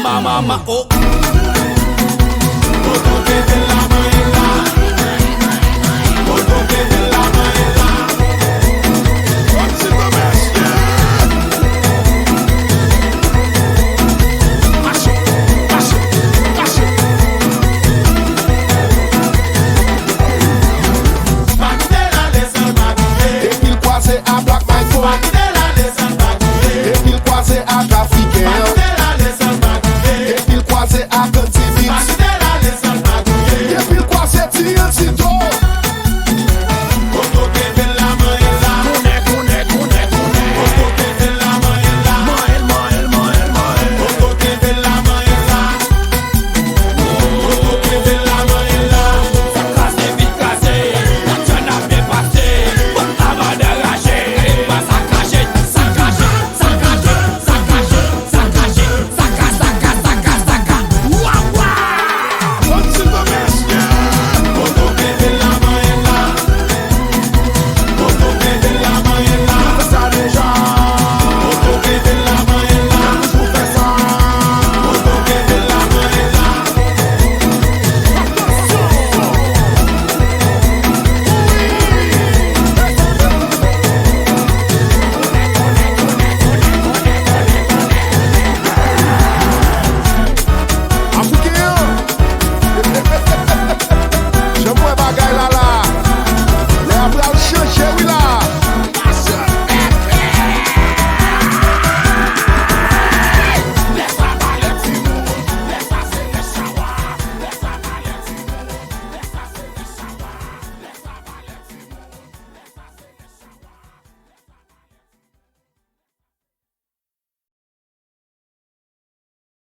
mama. Oh,